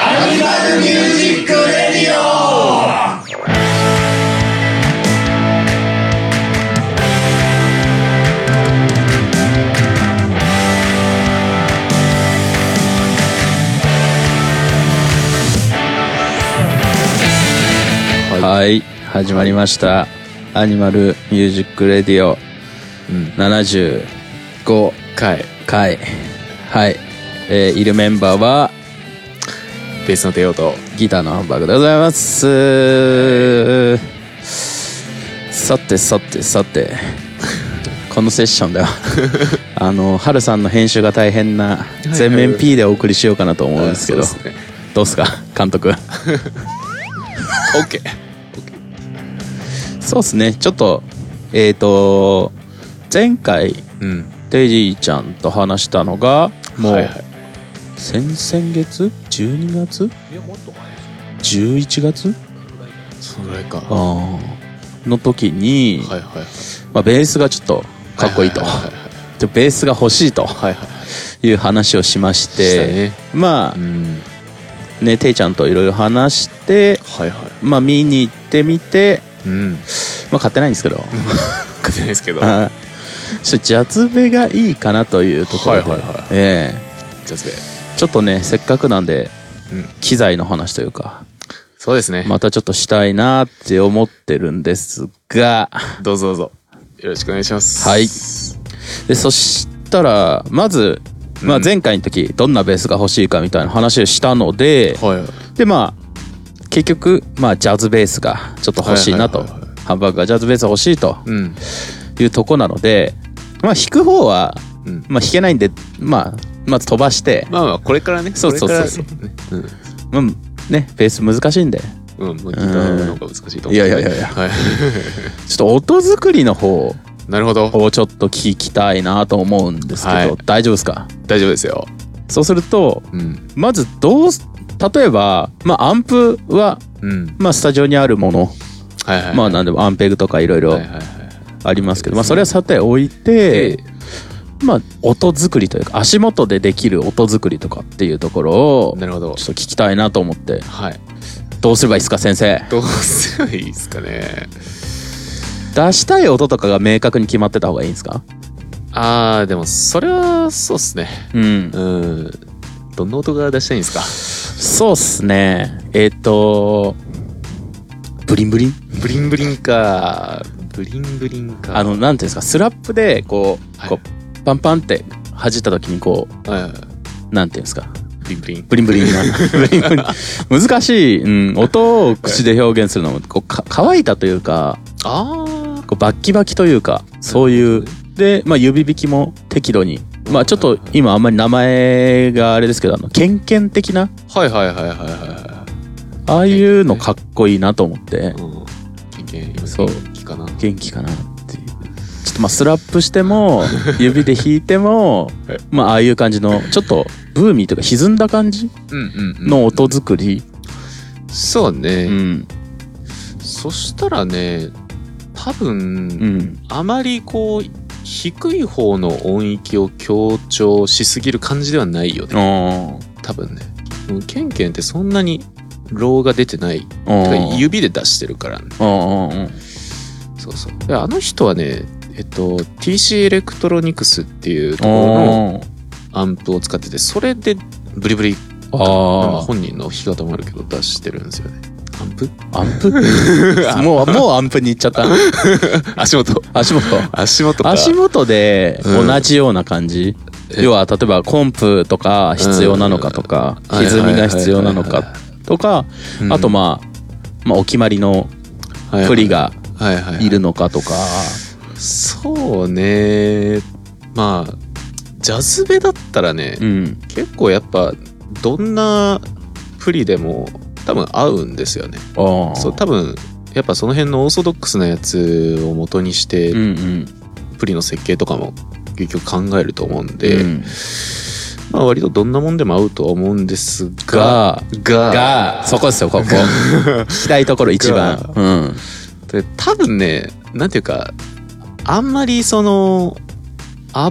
アニマルミュージックレディオはい、始まりました。アニマルミュージックレディオ、75回回。はい。えーいるメンバーは、ベースの帝王とギターのハンバーグでございます。さてさて さて、このセッションでは、あの、ハルさんの編集が大変な全面 P でお送りしようかなと思うんですけど、あそうですねどうっすか監 督。 OK そうですね、ちょっと、えっ、と、前回、うんデイジーちゃんと話したのが、もう、はいはい先々月 ?12 月 ?11 月そのぐらいかはあーの時に、いはいはいまあ、ベースがちょっとかっこいいと。はいはいでベースが欲しいとはいはいはいはいいう話をしまして、したねまうんあね、ていちゃんといろいろ話して、はいはいまあ見に行ってみて、うんまあ買ってないんです けど、勝てないですけどあーちょっとジャズベがいいかなというところで、はいはいはいえジャズでえちょっとね、せっかくなんで、うん機材の話というか、そうですねまたちょっとしたいなって思ってるんですが、どうぞどうぞよろしくお願いしますはいで、そしたら、まず、まあ前回の時、どんなベースが欲しいかみたいな話をしたので、はいはいで、まあ、結局、まあジャズベースがちょっと欲しいなとはいはいはいは。ハンバーグがジャズベース欲しいとうんいうとこなので、まあ弾く方は、うんまあ弾けないんで、まあ、まず飛ばして、まあまあこれからねそうそうそうそうこれからねうん、ね、ベース難しいんで、うんうんもうギターの方が難しいと思ういやいやいやいやはい ちょっと音作りの方なるほどをちょっと聞きたいなと思うんですけど、はい大丈夫ですか大丈夫ですよそうすると、うんまずどうす、例えば、まあ、アンプは、うんまあ、スタジオにあるもの、はいはいまあ、なんでも、アンペグとかいろいろはいはいはいありますけど、まあ、それはさておいて、まあ、音作りというか、足元でできる音作りとかっていうところを、なるほどちょっと聞きたいなと思って、はいどうすればいいですか、先生。どうすればいいですかね出したい音とかが明確に決まってた方がいいんですかあーでもそれはそうっすねうん。うんどんな音が出したいんですかそうっすね。えっ、と、ブリンブリンブリンブリンかブリンブリンかあの、なんていうんですか、スラップで、こう、はいこう、パンパンって弾いた時に、こ、はいはいうなんていうんですか、ブリンブリンブリンブリンな、 ブリンブリン。難しい、うん、音を口で表現するのも、こう、か乾いたというか、あこうバッキバキというか、そういう、で、まあ、指弾きも適度に、まあ、ちょっと今あんまり名前があれですけど、あの、ケンケン的な、ーはいはいはいはいはいはああいうのかっこいいなと思ってい、うん金券今そう元気かな元気かなっていう。ちょっとまあスラップしても指で弾いてもはいまあああいう感じのちょっとブーミーというか歪んだ感じうんうん、うん、の音作り、そうね、うんそしたらね多分、うん、あまりこう低い方の音域を強調しすぎる感じではないよねあ多分ねうんケンケンってそんなにローが出てないてあか指で出してるからねああそうそうであの人はねえっと TC エレクトロニクスっていうところのあアンプを使っててそれでブリブリまああ本人の弾き方もあるけど出してるんですよねアンプ アンプもうもうアンプに行っちゃった足元足元足元か足元でうん同じような感じ、え要は例えばコンプとか必要なのかとか、うん歪みが必要なのかとか、うんあとまあ、まあ、お決まりのはいはい距離がはいはいはいいるのかとか、そうねまあジャズベだったらね、うん。結構やっぱどんなプリでも多分合うんですよねああ。そう多分やっぱその辺のオーソドックスなやつを元にして、うんうん。プリの設計とかも結局考えると思うんで、うんまあ割とどんなもんでも合うとは思うんですがが、がが、そこですよ、ここ。聞きたいところ一番。うん。で多分ねなんていうかあんまりその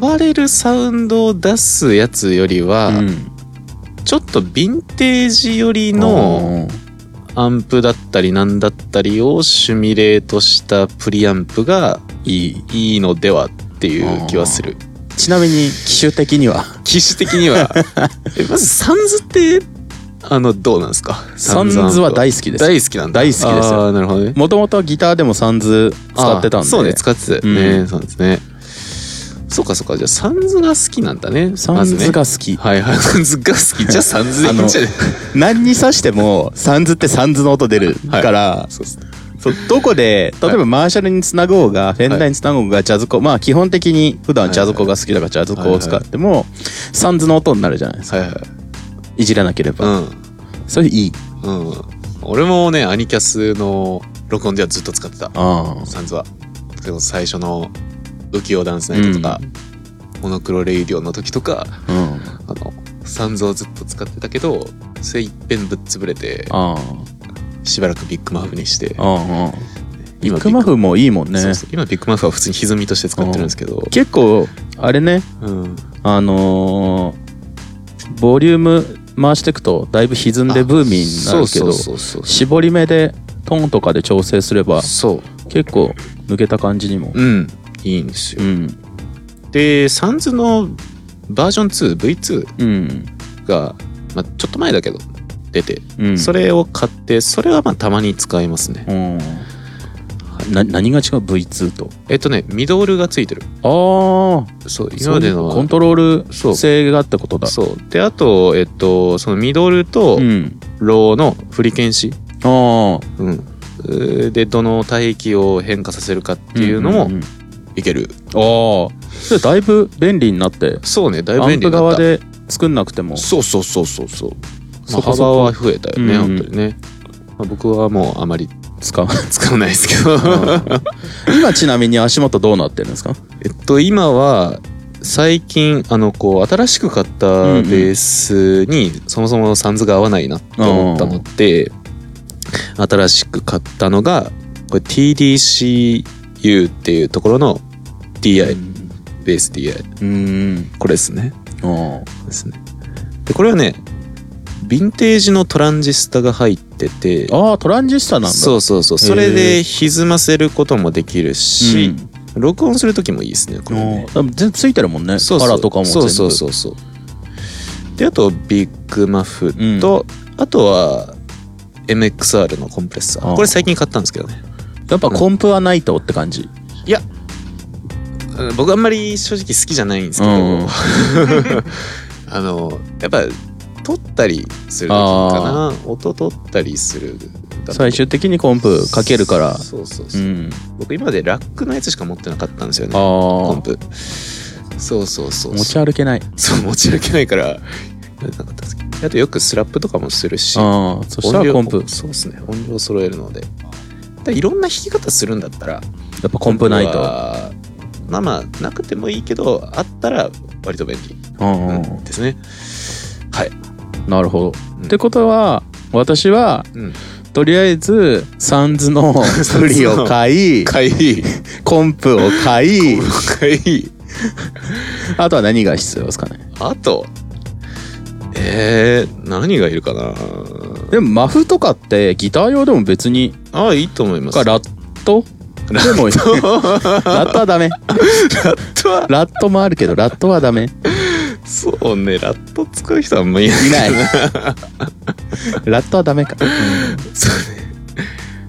暴れるサウンドを出すやつよりは、うんちょっとヴィンテージ寄りのうんアンプだったりなんだったりをシミュレートしたプリアンプがいいいいのではっていう気はするちなみに機種的には機種的に はえまずサンズってあのどうなんですかサンズアンプは大好きです大好きなんだ大好きですよあーなるほどねもともとギターでもサンズ使ってたんあーでそうね使ってたよね、うんそうですねそうかそうかじゃあサンズが好きなんだねサンズまずねが好き、はいはいサンズが好きじゃあサンズでいいんじゃない何に刺してもサンズってサンズの音出るはいから、そうっすねそうどこで例いえばマーシャルにつなごうがフェンダーにつなごうがジャズコまあ基本的に普段ジャズコが好きだからジャズコを使ってもサンズの音になるじゃないですかはいはいいじらなければうんそれいいうん。俺もね、アニキャスの録音ではずっと使ってた。ああサンズは。でも最初の浮世ダンスナイトとか、モノクロレイディオの時とか、うんあの、サンズをずっと使ってたけど、それいっぺんぶっ潰れて、あしばらくビッグマフにして、あああビ今ッグマフもいいもんねそうそう今ビッグマフは普通に歪みとして使ってるんですけど、結構あれねうん。あのーボリューム回していくとだいぶ歪んでブーミーになるけそうどそうそうそう。絞り目でトーンとかで調整すればそ結構抜けた感じにもう。うん。いいんですよ。うんで、サンズのバージョン2、V2 うんが、まあ、ちょっと前だけど、出て、うんそれを買ってそれはまあたまに使いますねうんな何が違う V2 とえっとねミドルがついてるああそう今までのはコントローそルう性がってことだそうであとえっとそのミドルとうんローの振り剣士ああっうんえーでどの帯域を変化させるかっていうのもいける、ああそれだいぶ便利になってそうねだいぶア便ン利プになっ側たで作んなくてもそうそうそうそうそう、まそあ、こそこ幅は増えたよね、う本ん当にね、まあ、僕はもうあまり 使う使わないですけど、 今ちなみに足元どうなってるんですかえっと今は最近あのこう新しく買ったうんベうんースにそもそもサンズが合わないなと思ったので新しく買ったのがこれ TDCU っていうところの DI、ベース DI うんこれですねあですねでこれはねヴィンテージのトランジスタが入っててあああトランジスタなんだそうそうそうそれで歪ませることもできるし、録音する時もいいですねこれね多分全然ついてるもんねそうカラーとかも全そう部そうそうそうであとビッグマフと、あとは MXR のコンプレッサあーあこれ最近買ったんですけどねやっぱコンプはないとって感じいやあの僕あんまり正直好きじゃないんですけど、うん あのやっぱ撮ったりする時かな音撮ったりする最終的にコンプかけるからそうそううそう、ん僕今までラックのやつしか持ってなかったんですよあねコンあプそうそうそうそう持ち歩けないそう持ち歩けないからやれなかったんですけどあとよくスラップとかもするしああそしたらコンプやそうですね音量揃えるのでだいろんな弾き方するんだったらっぱコンプないとはまあまあなくてもいいけどあったら割と便利うんううんんですねはい、なるほどうんってことは私はうん、とりあえずサン ズのサプンズリのを買いかいい コンプを買いかいあとは何が必要ですかねあとえー、何がいるかなでもマフとかってギター用でも別にあいいと思いますかラットでもい いラットはダメットはラットもあるけどラットはダメいそうねラット使う人はあんまいない ないラットはダメか、うんそうね。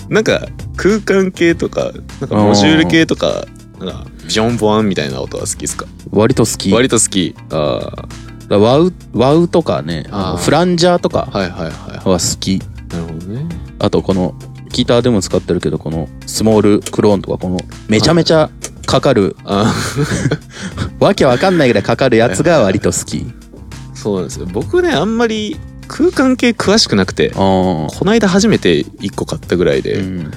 なんか空間系とか、なんかモジュール系とか、なんかビジョンボワンみたいな音は好きですか割と好き割と好き。あワウワウとかねあのあーフランジャーとあ、かはいはいはは好きい。なるほどね。あとこのギターでも使ってるけどこのスモールクローンとかこのめちゃめちゃかかるあわけわかんないぐらいかかるやつが割と好きあ、そうなんですよ。僕ね、あんまり空間系詳しくなくて、あこないだ初めて1個買ったぐらいで、ううんん、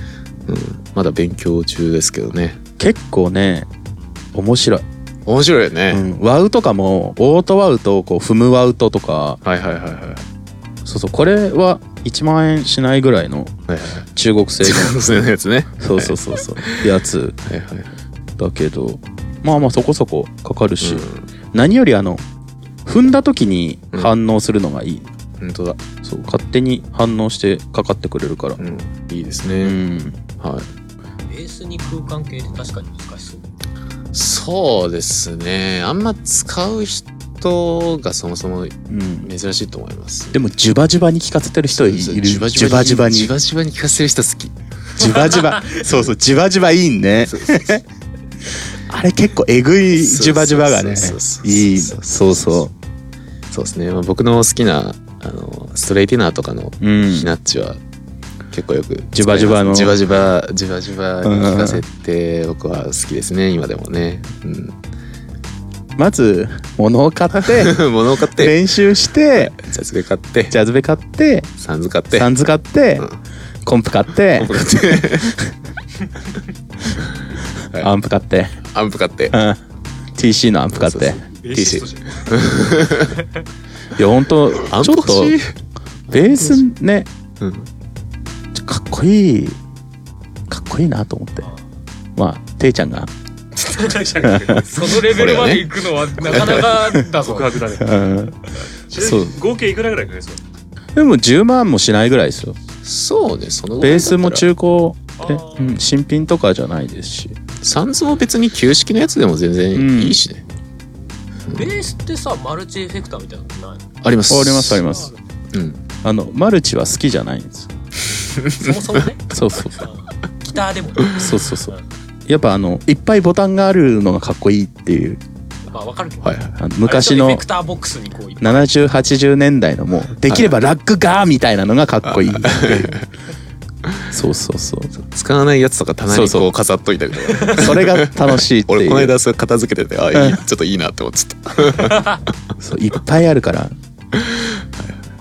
まだ勉強中ですけどね。結構ね面白い、面白いよね。うん、ワウとかもオートワウとこう踏むワウトとかはいはいはいはい。はいそうそうこれは1万円しないぐらいのはいはい。中国製違うのやつね。 のそうそうそうそうやつはいはい。だけどまあまあそこそこかかるし、う何よりあの踏んだ時に反応するのがいい、ん本当だ、そう勝手に反応してかかってくれるからうん、いいですうね、んはいベースに空間系って確かに難しそう。そうですねあんま使う人がそもそもうん珍しいと思いますでもジュバジュバに聞かせてる人いるジュバジジュバジュュババににジュバジュバに聞かせる人好きジュバジ ュバそうそうジュバジュバいいんねそうそうそう あれ結構えぐいそうジュバジュバがねそうそうそういいそうそそうですね、まあ、僕の好きなあのストレイティナーとかのううんヒナッチは結構よくジュバジュバのジュバジュバジュバジュバに聞かせて僕は好きですね今でもね、うまず物を買ってん、 物を買って練習してジャズベ買ってジャズベ買ってサンズ買ってサンズ買ってうんコンプ買ってアンプ買ってはいアンプ買ってアンプ買ってうん TC のアンプ買っそうてそうそうベーシストじゃんいや本当アンちプょっと欲しいベースねうんかっこいいかっこいいなと思ってまあていちゃんがそのレベルまで行くのはなかなか だぞ。告白だね。うんちなみにそ合計いくらぐらいかね、そでれ。も10万もしないぐらいですよそうねそのベースもぐらい中古であーうん、新品とかじゃないですしだったらサンズも別に旧式のやつでも全然いいしね、ベースってさ、マルチエフェクターみたいなのないのありますありますありまます、すうん、あのマルチは好きじゃないんですよそもそもね、そうそうそうギターでもね。そうそうそうやっぱあのいっぱいボタンがあるのがかっこいいっていうまあわかるけど。はいはいあの昔あのれちょっとエフェクターボックスにこういっぱい7080年代のもうできればラックガーみたいなのがかっこいいっていうそうそうそう使わないやつとか棚そうにそこうう飾っといたりとかそれが楽しいっ て俺いこのう間それ片付けててあいいちょっといいなって思っちゃったそういっぱいあるから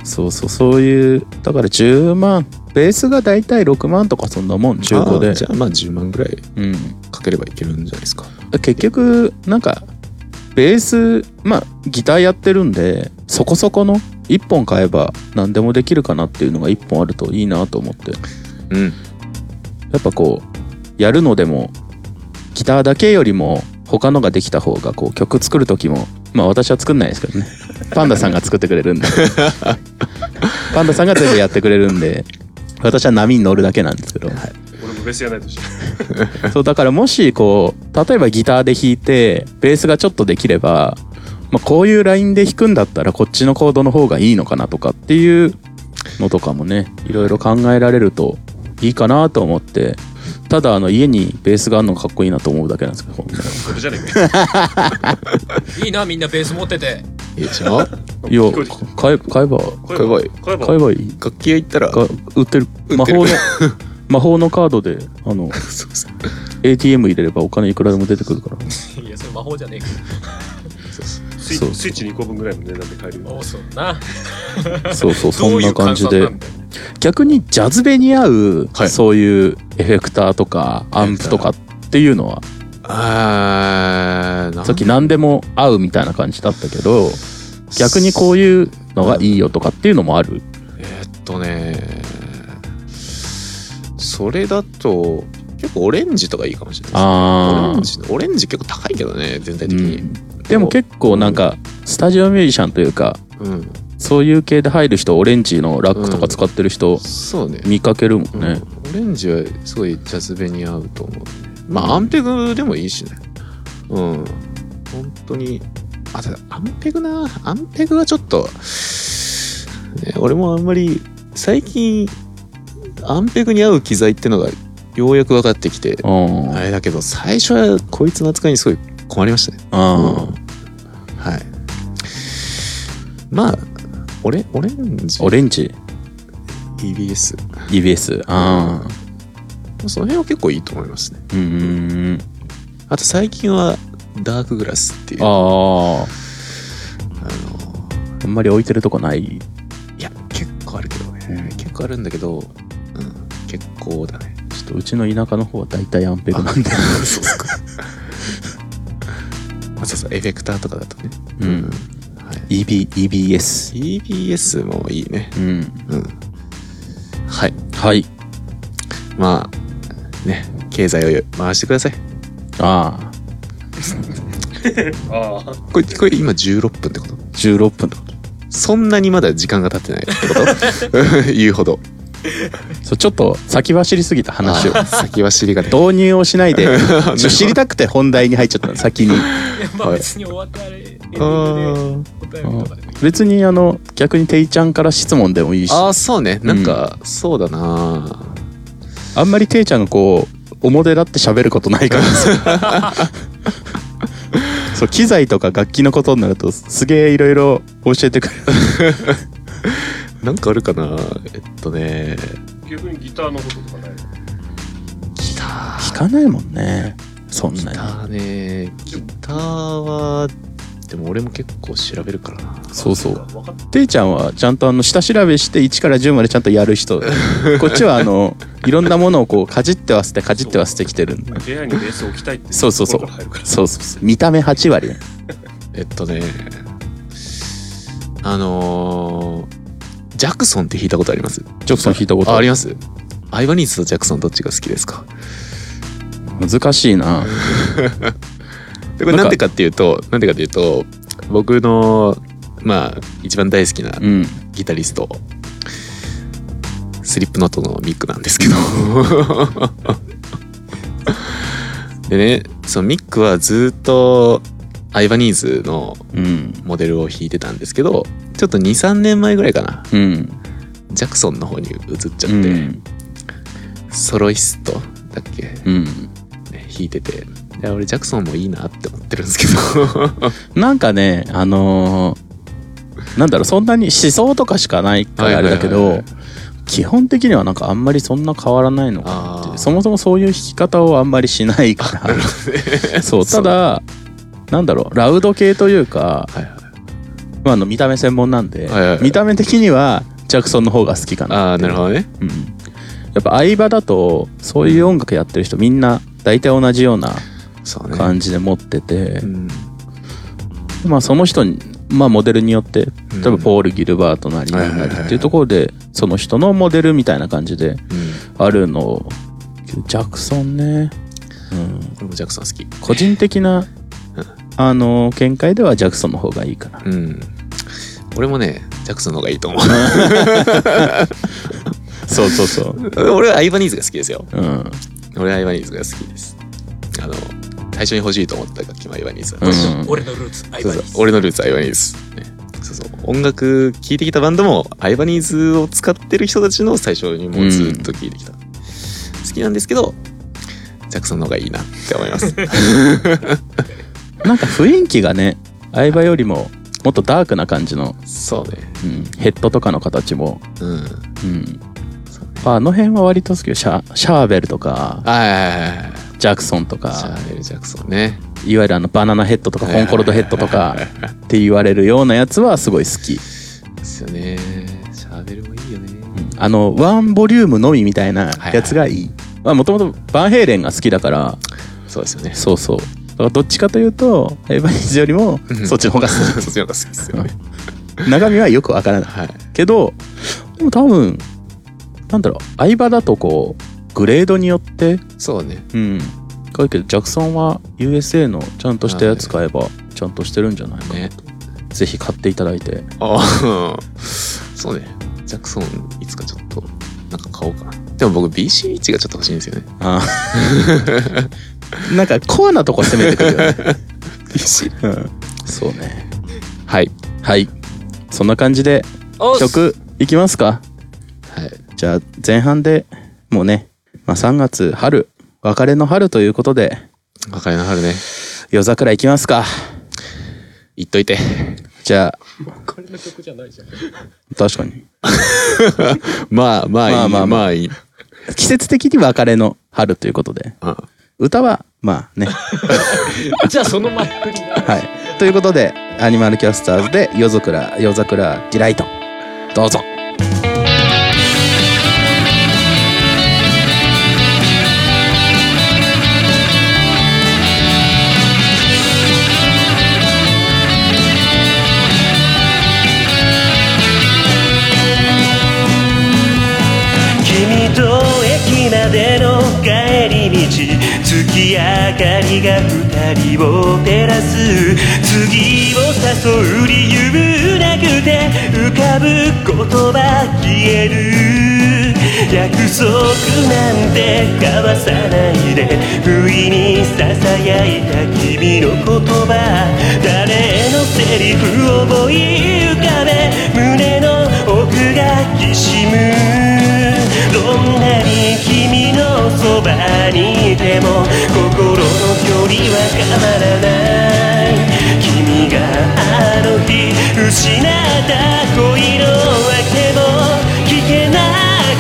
そうそうそういうだから10万ベースがだいたい6万とかそんなもん中古あでじゃあまあ10万ぐらいうんかければいけるんじゃないですか結局なんかベースまあギターやってるんでそこそこの1本買えば何でもできるかなっていうのが1本あるといいなと思ってうんやっぱこうやるのでもギターだけよりも他のができた方がこう曲作る時もまあ私は作んないですけどねパンダさんが作ってくれるんでパンダさんが全部やってくれるんで私は波に乗るだけなんですけど、俺もベースやらないとして。そうだからもしこう例えばギターで弾いてベースがちょっとできれば、まあ、こういうラインで弾くんだったらこっちのコードの方がいいのかなとかっていうのとかもねいろいろ考えられるといいかなと思ってただあの家にベースがあるのがかっこいいなと思うだけなんですけどそれじゃねえか。いいな、みんなベース持ってて。いいでしょいや聞こえてきた買え買えばこればいいこれば買えばいい楽器屋行ったらが売ってる売魔ってる法の魔法のカードであのそうそう ATM 入れればお金いくらでも出てくるからいや、それ魔法じゃねえけスイそうスイッチ2個分ぐらいの値段で買える ど。よ。そうな。そうそうそどんういなう感感じじでで。逆にジャズベに合う、はいそういうエフェクターとかアンプとかっていうのはあーなんさっき何でも合うみたいな感じだったけど逆にこういうのがいいよとかっていうのもあるえーっとねそれだと結構オレンジとかいいかもしれないあオレンジオレンジ結構高いけどね全体的にでも結構なんかスタジオミュージシャンというかうん、そういう系で入る人オレンジのラックとか使ってる人そうね見かけるもんね、うん、オレンジはすごいジャズベに合うと思うねまあアンペグでもいいしねうん本当にあただアンペグなアンペグはちょっと、ね、俺もあんまり最近アンペグに合う機材ってのがようやく分かってきてうんあれだけど最初はこいつの扱いにすごい困りましたねあーはいまあ俺オレンジオレンジ EBS EBS ああその辺は結構いいと思いますねうーんあと最近はダークグラスっていう。あああのあんまり置いてるとこないいや、結構あるけどね。うん結構あるんだけど、うん、結構だね。ちょっとうちの田舎の方は大体アンペルなんで。 そうそう。 まあ、そうそう、エフェクターとかだとね。う。うんはい、 EB、EBS。 EBS もいいね。うん。うん。はい。はい。まあ、ね、経済を回してください。ああ。ああ、これこれ今16分ってこと16分ってことそんなにまだ時間が経ってないって こと言うほどそうちょっと先走りすぎた話をあー先走りがね導入をしないでちょ知りたくて本題に入っちゃったの先にまあはい別に終わったあれ、エンディンあグーでお便りとかでもいい。別にあの逆にていちゃんから質問でもいいしああーそうねなんか、そうだなんまりていちゃんがこう表立って喋ることないからさ そう機材とか楽器のことになるとすげえいろいろ教えてくれるなんかあるかなえっとね逆にギターのこととかない。ギター聞かないもんねそんギなタにーねギターはでも俺も結構調べるからなそうそう分かってていちゃんはちゃんとあの下調べして1から10までちゃんとやる人こっちはあ のいろんなものをこうかじっては捨てかじっては捨てきてるんで部屋にベース置きたいっていそうそうそうところから入るからそうそうそう見た目8割えっとねあのージャクソンって弾いたことありますジョクソン弾いたことあありますアイバニーズとジャクソンどっちが好きですか難しいなでこれなんでかっていうとなんでかっていうと僕のまあ一番大好きなうんギタリスト、スリップノットのミックなんですけど でねそのミックはずっとアイバニーズのうんモデルを弾いてたんですけどちょっと23年前ぐらいかなうんジャクソンの方に移っちゃって、うんソロイストだっけ、ね、うん弾いてていや俺ジャクソンもいいなって思ってるんですけど なんかねあのーなんだろうそんなに思想とかしかないからあれだけはいはいどはい基本的にはなんかあんまりそんな変わらないのかなってあーそもそもそういう弾き方をあんまりしないから そうただなんだろうラウド系というか、はいはいまあ、あの見た目専門なんはで、いはいはい見た目的にはジャクソンの方が好きかなああなるほどねうん、やっぱ相場だとそういう音楽やってる人みんな大体同じようなそうね感じで持っててう、んまあその人にまあモデルによって例えばポール・ギルバートなりなんなりっていうところでその人のモデルみたいな感じでうんあるのをジャクソンね、うん、俺もジャクソン好き個人的なあの見解ではジャクソンの方がいいかなうん俺もねジャクソンの方がいいと思そうそうそう、う俺はアイバニーズが好きですようん、俺はアイバニーズが好きですあの最初に欲しいと思った楽器もアイバニーズだうっんたし、俺のルーツ、相そう葉そうです。俺のルーツアイバニーズ、ね、そうそう音楽聴いてきたバンドもアイバニーズを使ってる人たちの最初にもうずっと聴いてきた、好きなんですけどジャクソンの方がいいなって思いますなんか雰囲気がね相場よりももっとダークな感じの、 そうねうん、ヘッドとかの形もうんうん、あの辺は割と好きよシャシャーベルとかああジャクソンとシャかーベル・ジャクソンねいわゆるあのバナナヘッドとかコンコルドヘッドとかって言われるようなやつはすごい好き、ですよねシャーベルもいいよね、あのワンボリュームのみみたいなやつがいいまあもともとバンヘイレンが好きだからそうですよねそうそうだからどっちかというとエヴァニーズよりもうんそっちの方が好 そっちの方が好きですよねき中身はよくわからないはいけどでも多分なんだろう相場だとこうグレードによってそうねうん。だけど、ジャクソンは USA のちゃんとしたやつ買えば、ちゃんとしてるんじゃないかなねと。ぜひ買っていただいて。ああ そうねジャクソンいつかちょっとなんか買おうかなでも僕 BCH がちょっと欲しいんですよねああなんか、コアなとこ攻めてくるよ ね。 BCH そうね。はいはい。そんな感じで、おっす曲いきますかはいじゃあ、前半でもうね、まあ、3月、春、別れの春ということで、別れの春ね夜桜いきますか。言っといて じゃあ、これの曲じゃないじゃん。確かに。まあまあいいままああままああ、まあいい、うん、季節的に別れの春ということで、歌は、まあね。じゃあその前振りが。はい。ということで、アニマルキャスターズで夜桜、夜桜ディライト。どうぞ。君と駅までの帰り道月明かり光が二人を照らす次を誘う理由なくて浮かぶ言葉消える約束なんて交わさないで不意に囁いた君の言葉誰のセリフを思い浮かべ胸の奥がきしむどんなに君のそばにいても心の距離は変わらない君があの日失った恋の訳も聞けな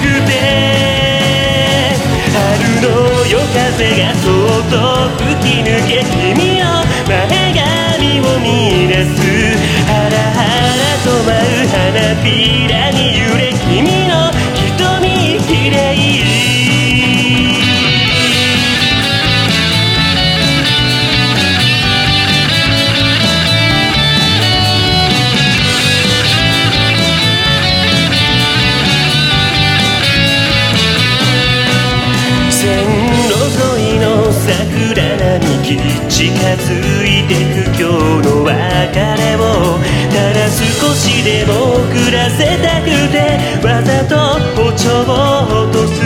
くて春の夜風がそっと吹き抜け君の前髪を見出すハラハラと舞う花びらに揺れ君の瞳綺麗線路沿いの桜並木近づいてく今日の別れをただ少しでも遅らせたくてわざと歩調を落とす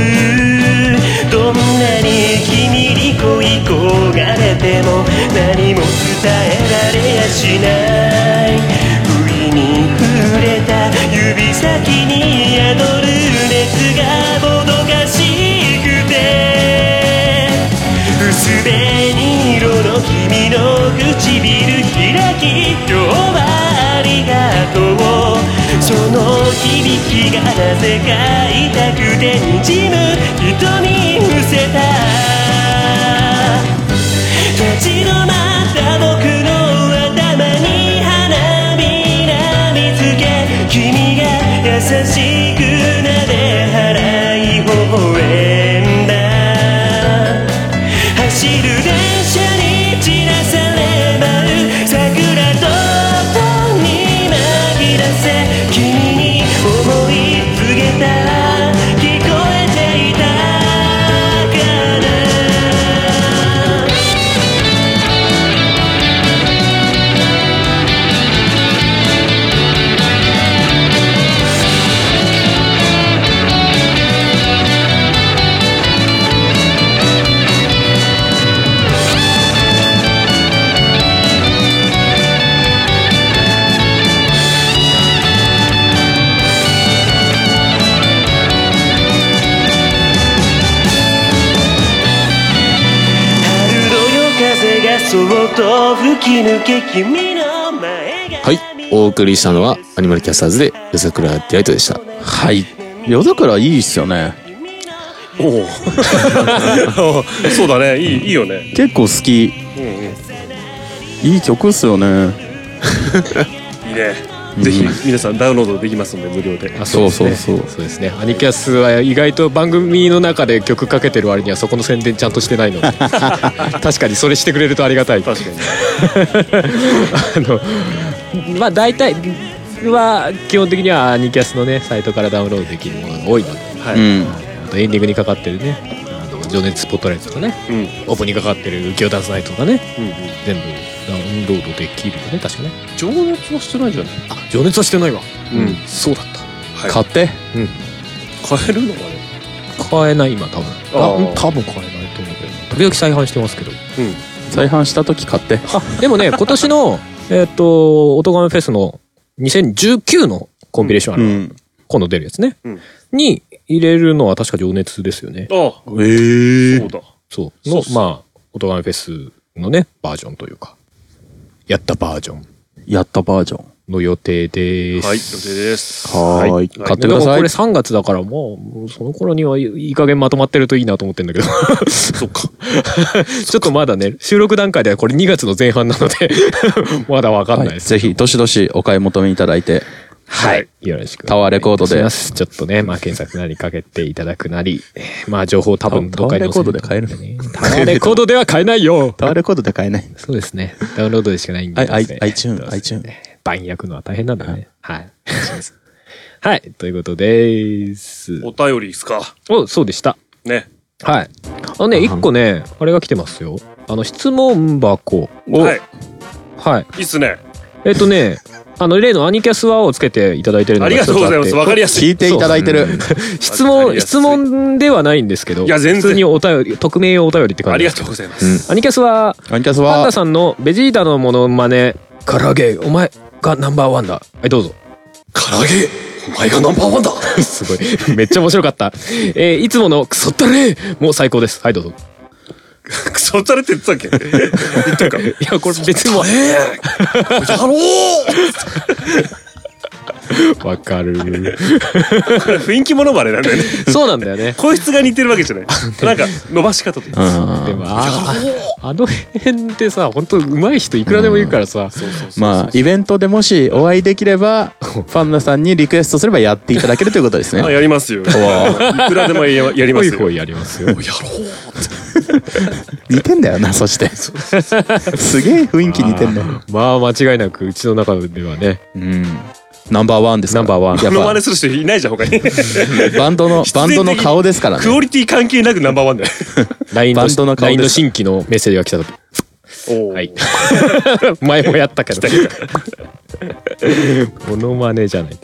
どんなに君に恋焦がれても何も伝えられやしない不意に触れた指先に宿る熱がもどかしくて薄紅色の君の唇開き今日はありがとうその響きがなぜか痛くてにじむ瞳伏せた立ち止まった僕の頭に花びら見つけ君が優しく撫で払い微笑んだ走る電車に散らされ舞う桜と音に紛らせ君に思い告げた聞こえていたかな春の夜風がそっと吹き抜け君の前がはいお送りしたのはアニマルキャスターズで夜桜ディライトでしたはい夜桜いいっすよねおおそうだねいいいいよね結構好きうんうんいいいい曲っすよねねぜひ皆さんダウンロードできますので無料であそうそうですねそうそうですねアニキャスは意外と番組の中で曲かけてる割にはそこの宣伝ちゃんとしてな いので確かにそれしてくれるとありがたい確かに あのまあ大体は基本的にはアニキャスのねサイトからダウンロードできるものが多いのではういんあとエンディングにかかってるね「あの情熱スポットライト」とかねうんオープンにかかってる「浮世ダンスナイト」とかねうんうん全部ダウンロードできるよね確かね情熱はしてないじゃないあ情熱はしてないわうんそうだったはい買って買えるのかね買えない今多分ああー多分買えないと思うけど時々再販してますけど再販した時買ってあでもね 今年のえーっと「オトガメフェス」の2019のコンビネーションあうる、ん今度出るやつね、うんに入れるのは確か情熱ですよねあええそうだそうのまあ「オトガメフェス」のねバージョンというかやったバージョンやったバージョンの予定です、はい予定ですはーいはい買ってでくもださこいれ3月だからもうその頃にはいいい加減まとまってるといいなと思ってんだけどそっか ちょっとまだね収録段階ではこれ2月の前半なので まだわかんないはでいすぜひどしどしお買い求めいただいてはい。よろしく。タワーレコードでお願いしますちょっとね、まあ、検索なりかけていただくなり、まあ、情報多分どっかに載せるタワーレコードでね。タワーレコードでは買えないよタワーレコードで買えないそうですね。ダウンロードでしかないんで。はいどうせ i- iTune どうせ iTune 番焼くのは大変なんだね。はい。はい。ということです。お便りですかお、そうでした。ねはい。あのね、一個ね、あれが来てますよ。あの、質問箱。はい。はい。いいっすね。えっとね、あの、例のアニキャスワをつけていただいてるのありがとうございます。わかりやす聞い。いていただいてる。質わかり問、やすい質問ではないんですけど、いや全然普通にお便り、匿名用お便りって感あじでりがす。とうございます。アニキャスは、アニキャスパンはダ、さんのベジータのモノマネ、唐揚げ、お前がナンバーワンだ。はい、どうぞ。唐揚げ、お前がナンバーワンだ。 すごい。めっちゃ面白かった。えーいつものクソったれもう最高です。はい、どうぞ。クソったれって言ってたっけ言ったか。いや、これ別にもだろうう、わか る。これ雰囲気ものまねなんだよね。そうなんだよね。声質が似てるわけじゃない。なんか、伸ばし方とか。でもああの辺ってさ本当上手い人いくらでもいるからさ、まあ、イベントでもしお会いできれば、パンダさんにリクエストすればやっていただけるということですあ、ね。やりますよ。いくらでもややりまこういすうよ。声やりますよ似てんだよな、 そして。すげえ雰囲気似てんだよ。 まあ間違いなくうちの中ではねうん。 ナンバーワンですからナンバーワンやっモノマぱネする人いないじゃん、他に。バンドの、必バ然ン的ドにの顔ですからクオね。リティ関係なくナンバーワンだよ。 LINE バンドのの顔 LINE のです新規のメッセージが来た時おはい 前もやったけど モノマネじゃない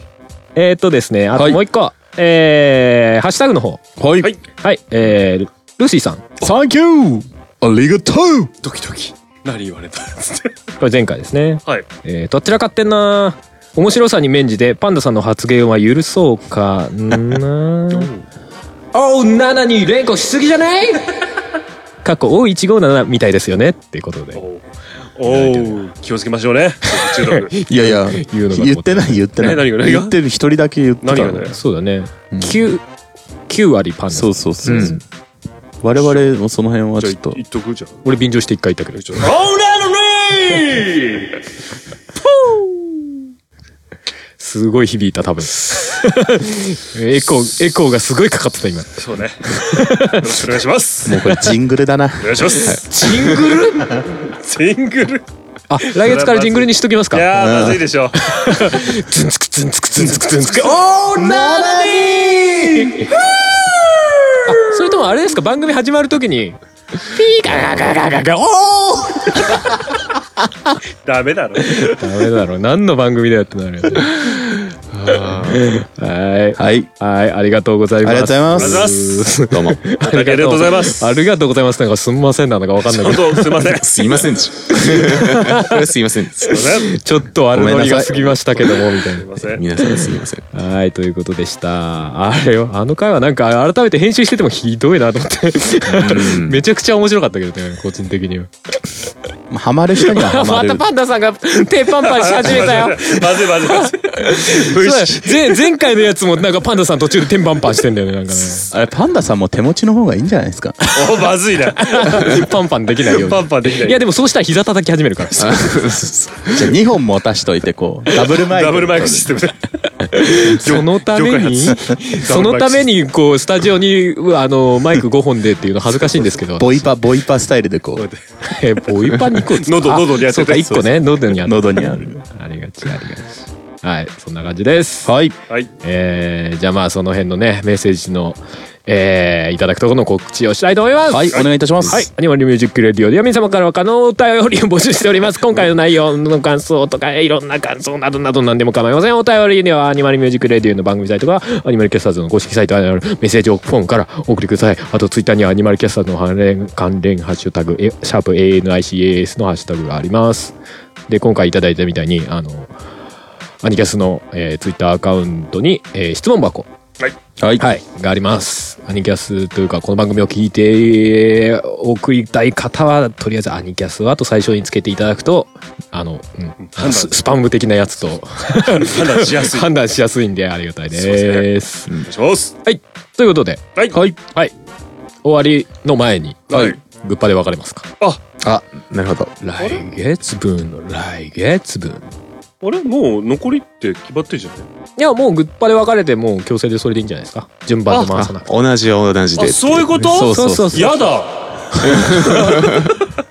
えーっとですねあとはいもう一個、えーハッシュタグの方はいはい。はいえールーシーさんサンキューありがとうドキドキ。何言われたつって。これ前回ですねはい。えー、どちらかってんな面白さに免じてパンダさんの発言は許そうかな おう7に連呼しすぎじゃない過去 O157 みたいですよねっていうことでおお、気をつけましょうね。中毒。いやいや、言うのが言ってない言ってない。え何が何が言ってる、一人だけ言ってた何がの。ね。そうだね、九九 9, 割パンダそうそうそう。我々もその辺はじゃちょあっと、言っとくじゃん。俺便乗して一回言ったけどオーラのレイすごい響いた 多分エコーエコーがすごいかかってた今そうね。よろしくお願いします。もうこれジングルだな。お願いします。ジングル シングル。あ来月からジングルにしときますいかやー、まずいでしょ。ツンツクツンツクツンツクツンツクそれともあれですか番組始まるときにピーガガガガガガおーダメだろ。ダメだろ何の番組だよってなるよねはいはい。ありはいありがとうございますがとうございまありがとうございす。ます。どうも。ありがとうございます。ありがとうございますなんかすんませんなんだかわかんないけ本ど当、すいません。すすいませんでした。これすいませんです。いません。すちょっとあるごのめんなさいりが過ぎましたけどもみたいいません。皆さんすいません。なはいということでしたあれよあの回はなんか改めて編集しててもひどいなと思ってめちゃくちゃ面白かったけどね個人的にはまあハマる人にはハマまるた。パンダさんが手パンパンし始め たよまずいまずいまずい。そうだよ前前回のやつもなんかパンダさん途中で天パンパンしてんだよね なんかねあれ、パンダさんも手持ちの方がいいんじゃないですか。お、まずいな。パンパンできないようにパンパンできないいやでもそうしたら膝叩き始めるからじゃあ2本持たしといて、こう、ダブルマイク。ダブルマイクシステムで。そのために業そのためにこうスタジオにうあのマイク5本でっていうの恥ずかしいんですけどボイパ、ボイパスタイルでこう、えボイパン2個です喉あ喉に当ててそうか1個ね喉にあ喉にある。ありがちありがちはいそんな感じですはい。はい。えーじゃあまあその辺のねメッセージのえーいただくところの告知をしたいと思いますはい、お願いいたします。はい。アニマルミュージックレディオでは皆様からは可能お便りを募集しております。今回の内容の感想とか、いろんな感想などなど何でも構いません。お便りにはアニマルミュージックレディオの番組サイトか、アニマルキャスターズの公式サイト、アニマルメッセージフォームからお送りください。あと、ツイッターにはアニマルキャスターズの関連、関連ハッシュタグ、えシャープ ANICAS のハッシュタグがあります。で、今回いただいたみたいに、あの、アニキャスの、えーツイッターアカウントに、えー質問箱、はい。はい、があります。アニキャスというか、この番組を聞いて、えー送りたい方は、とりあえずアニキャスはと最初につけていただくと、あの、うん、ススパム的なやつと、判断しやすい。判断しやすいんでありがたいです。お願いします。はい、ということで、はい。はい。はい、終わりの前に、はいグッパで別れますか。あ、なるほど。来月分の来月分。あれもう残りって決まってるじゃないいや、もうグッパで別れて、もう強制でそれでいいんじゃないですか。順番で回さなくて。同じは同じであ、。そういうことそうそうそうやだ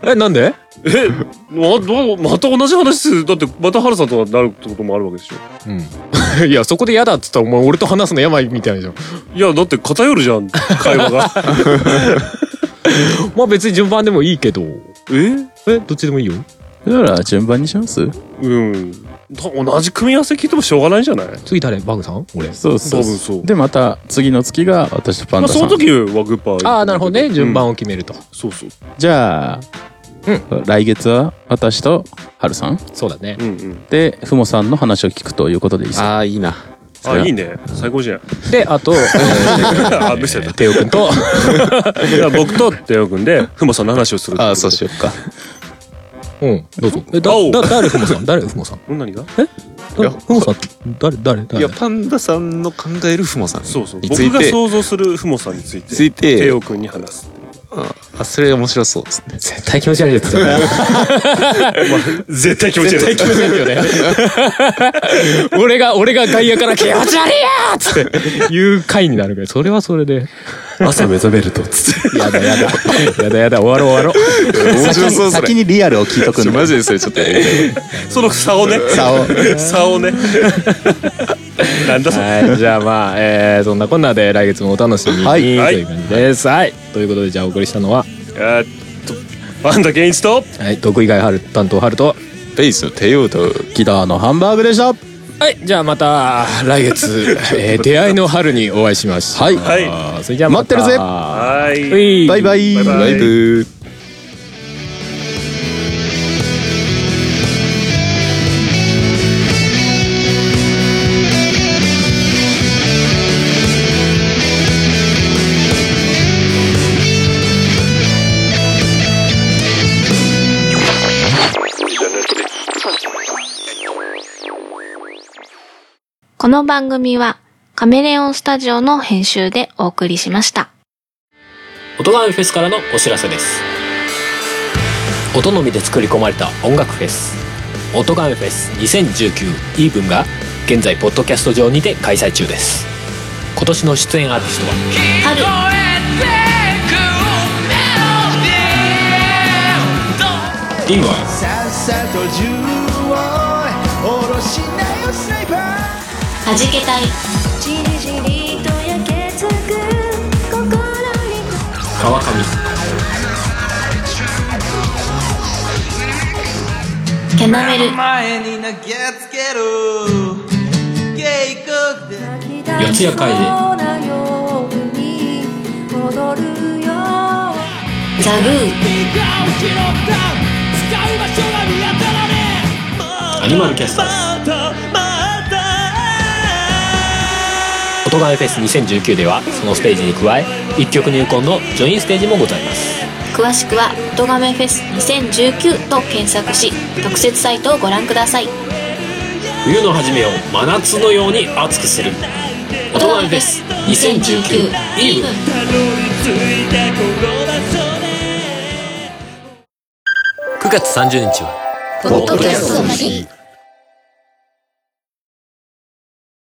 え、なんでえまどうまた同じ話するだってまた原さんとなるってこともあるわけでしょ いや、そこで嫌だっつったら、お前俺と話すの病みたいじゃん。いやだって偏るじゃん会話がまあ別に順番でもいいけど。ええどっちでもいいよだから順番にしますうん。と同じ組み合わせ聞いてもしょうがないじゃない次誰バグさん俺そうそう多分そうでまた次の月が私とパンまあ、ダさん、その時はグッパー。ああなるほどね順番を決めると、そうそう。じゃあ、来月は私とハルさんそうだねうんうん。でふもさんの話を聞くということでいいですかああいいなあ、いいね。最高じゃん。 であとあ、むせた。テオ君とじゃあ僕とテオ君で、ふもさんの話をする。ああそうしよっかうんどうぞえだ青だ誰ふもさん誰ふもさんうん。何がふもさん誰誰い誰やパンダさんの考えるふもさんそうそう。に僕ついがて想像するふもさんについて。ついてテオ君に話す。あそれ面白そうですね絶対気持ち悪いやつだな絶対気持ち悪い。気持ち悪いよね俺が俺が外野から気持ち悪いやーっつって言う回になるからそれはそれで朝目覚めると、つって。やだやだやだやだ終わろう終わろう面白そうそれ先にリアルを聞いとくちょんだマジでそれちょっ とやりたい その差をね。差を 差をね。なんだそれ。はい、じゃあまあ、えー、そんなこんなで来月もお楽しみに、はいという感じです。はい、ということでじゃあお送りしたのは、えーっと、パンダケンイチと、はい、得意外春担当春と、ベースの帝王とギターのハンバーグでしたはい、じゃあまた来月、えー、出会いの春にお会いしましょう。、はいはいそれじゃあまた待ってるぜははいバイバイバイバイライブこの番組はカメレオンスタジオの編集でお送りしました。音がフェスからのお知らせです音のみで作り込まれた音楽フェス音がフェス2019イーブンが現在ポッドキャスト上にて開催中です今年の出演アーティストはリンゴはじけたい。川上キャナメル、四谷怪人ザグー、アニマルキャスターズ音がフェス2019ではそのステージに加え一曲入魂のジョインステージもございます詳しくは音ガメフェス2019と検索し、特設サイトをご覧ください。冬の初めを真夏のように熱くする「音がフェス2019イーブン」9月30日はポッドキャストの日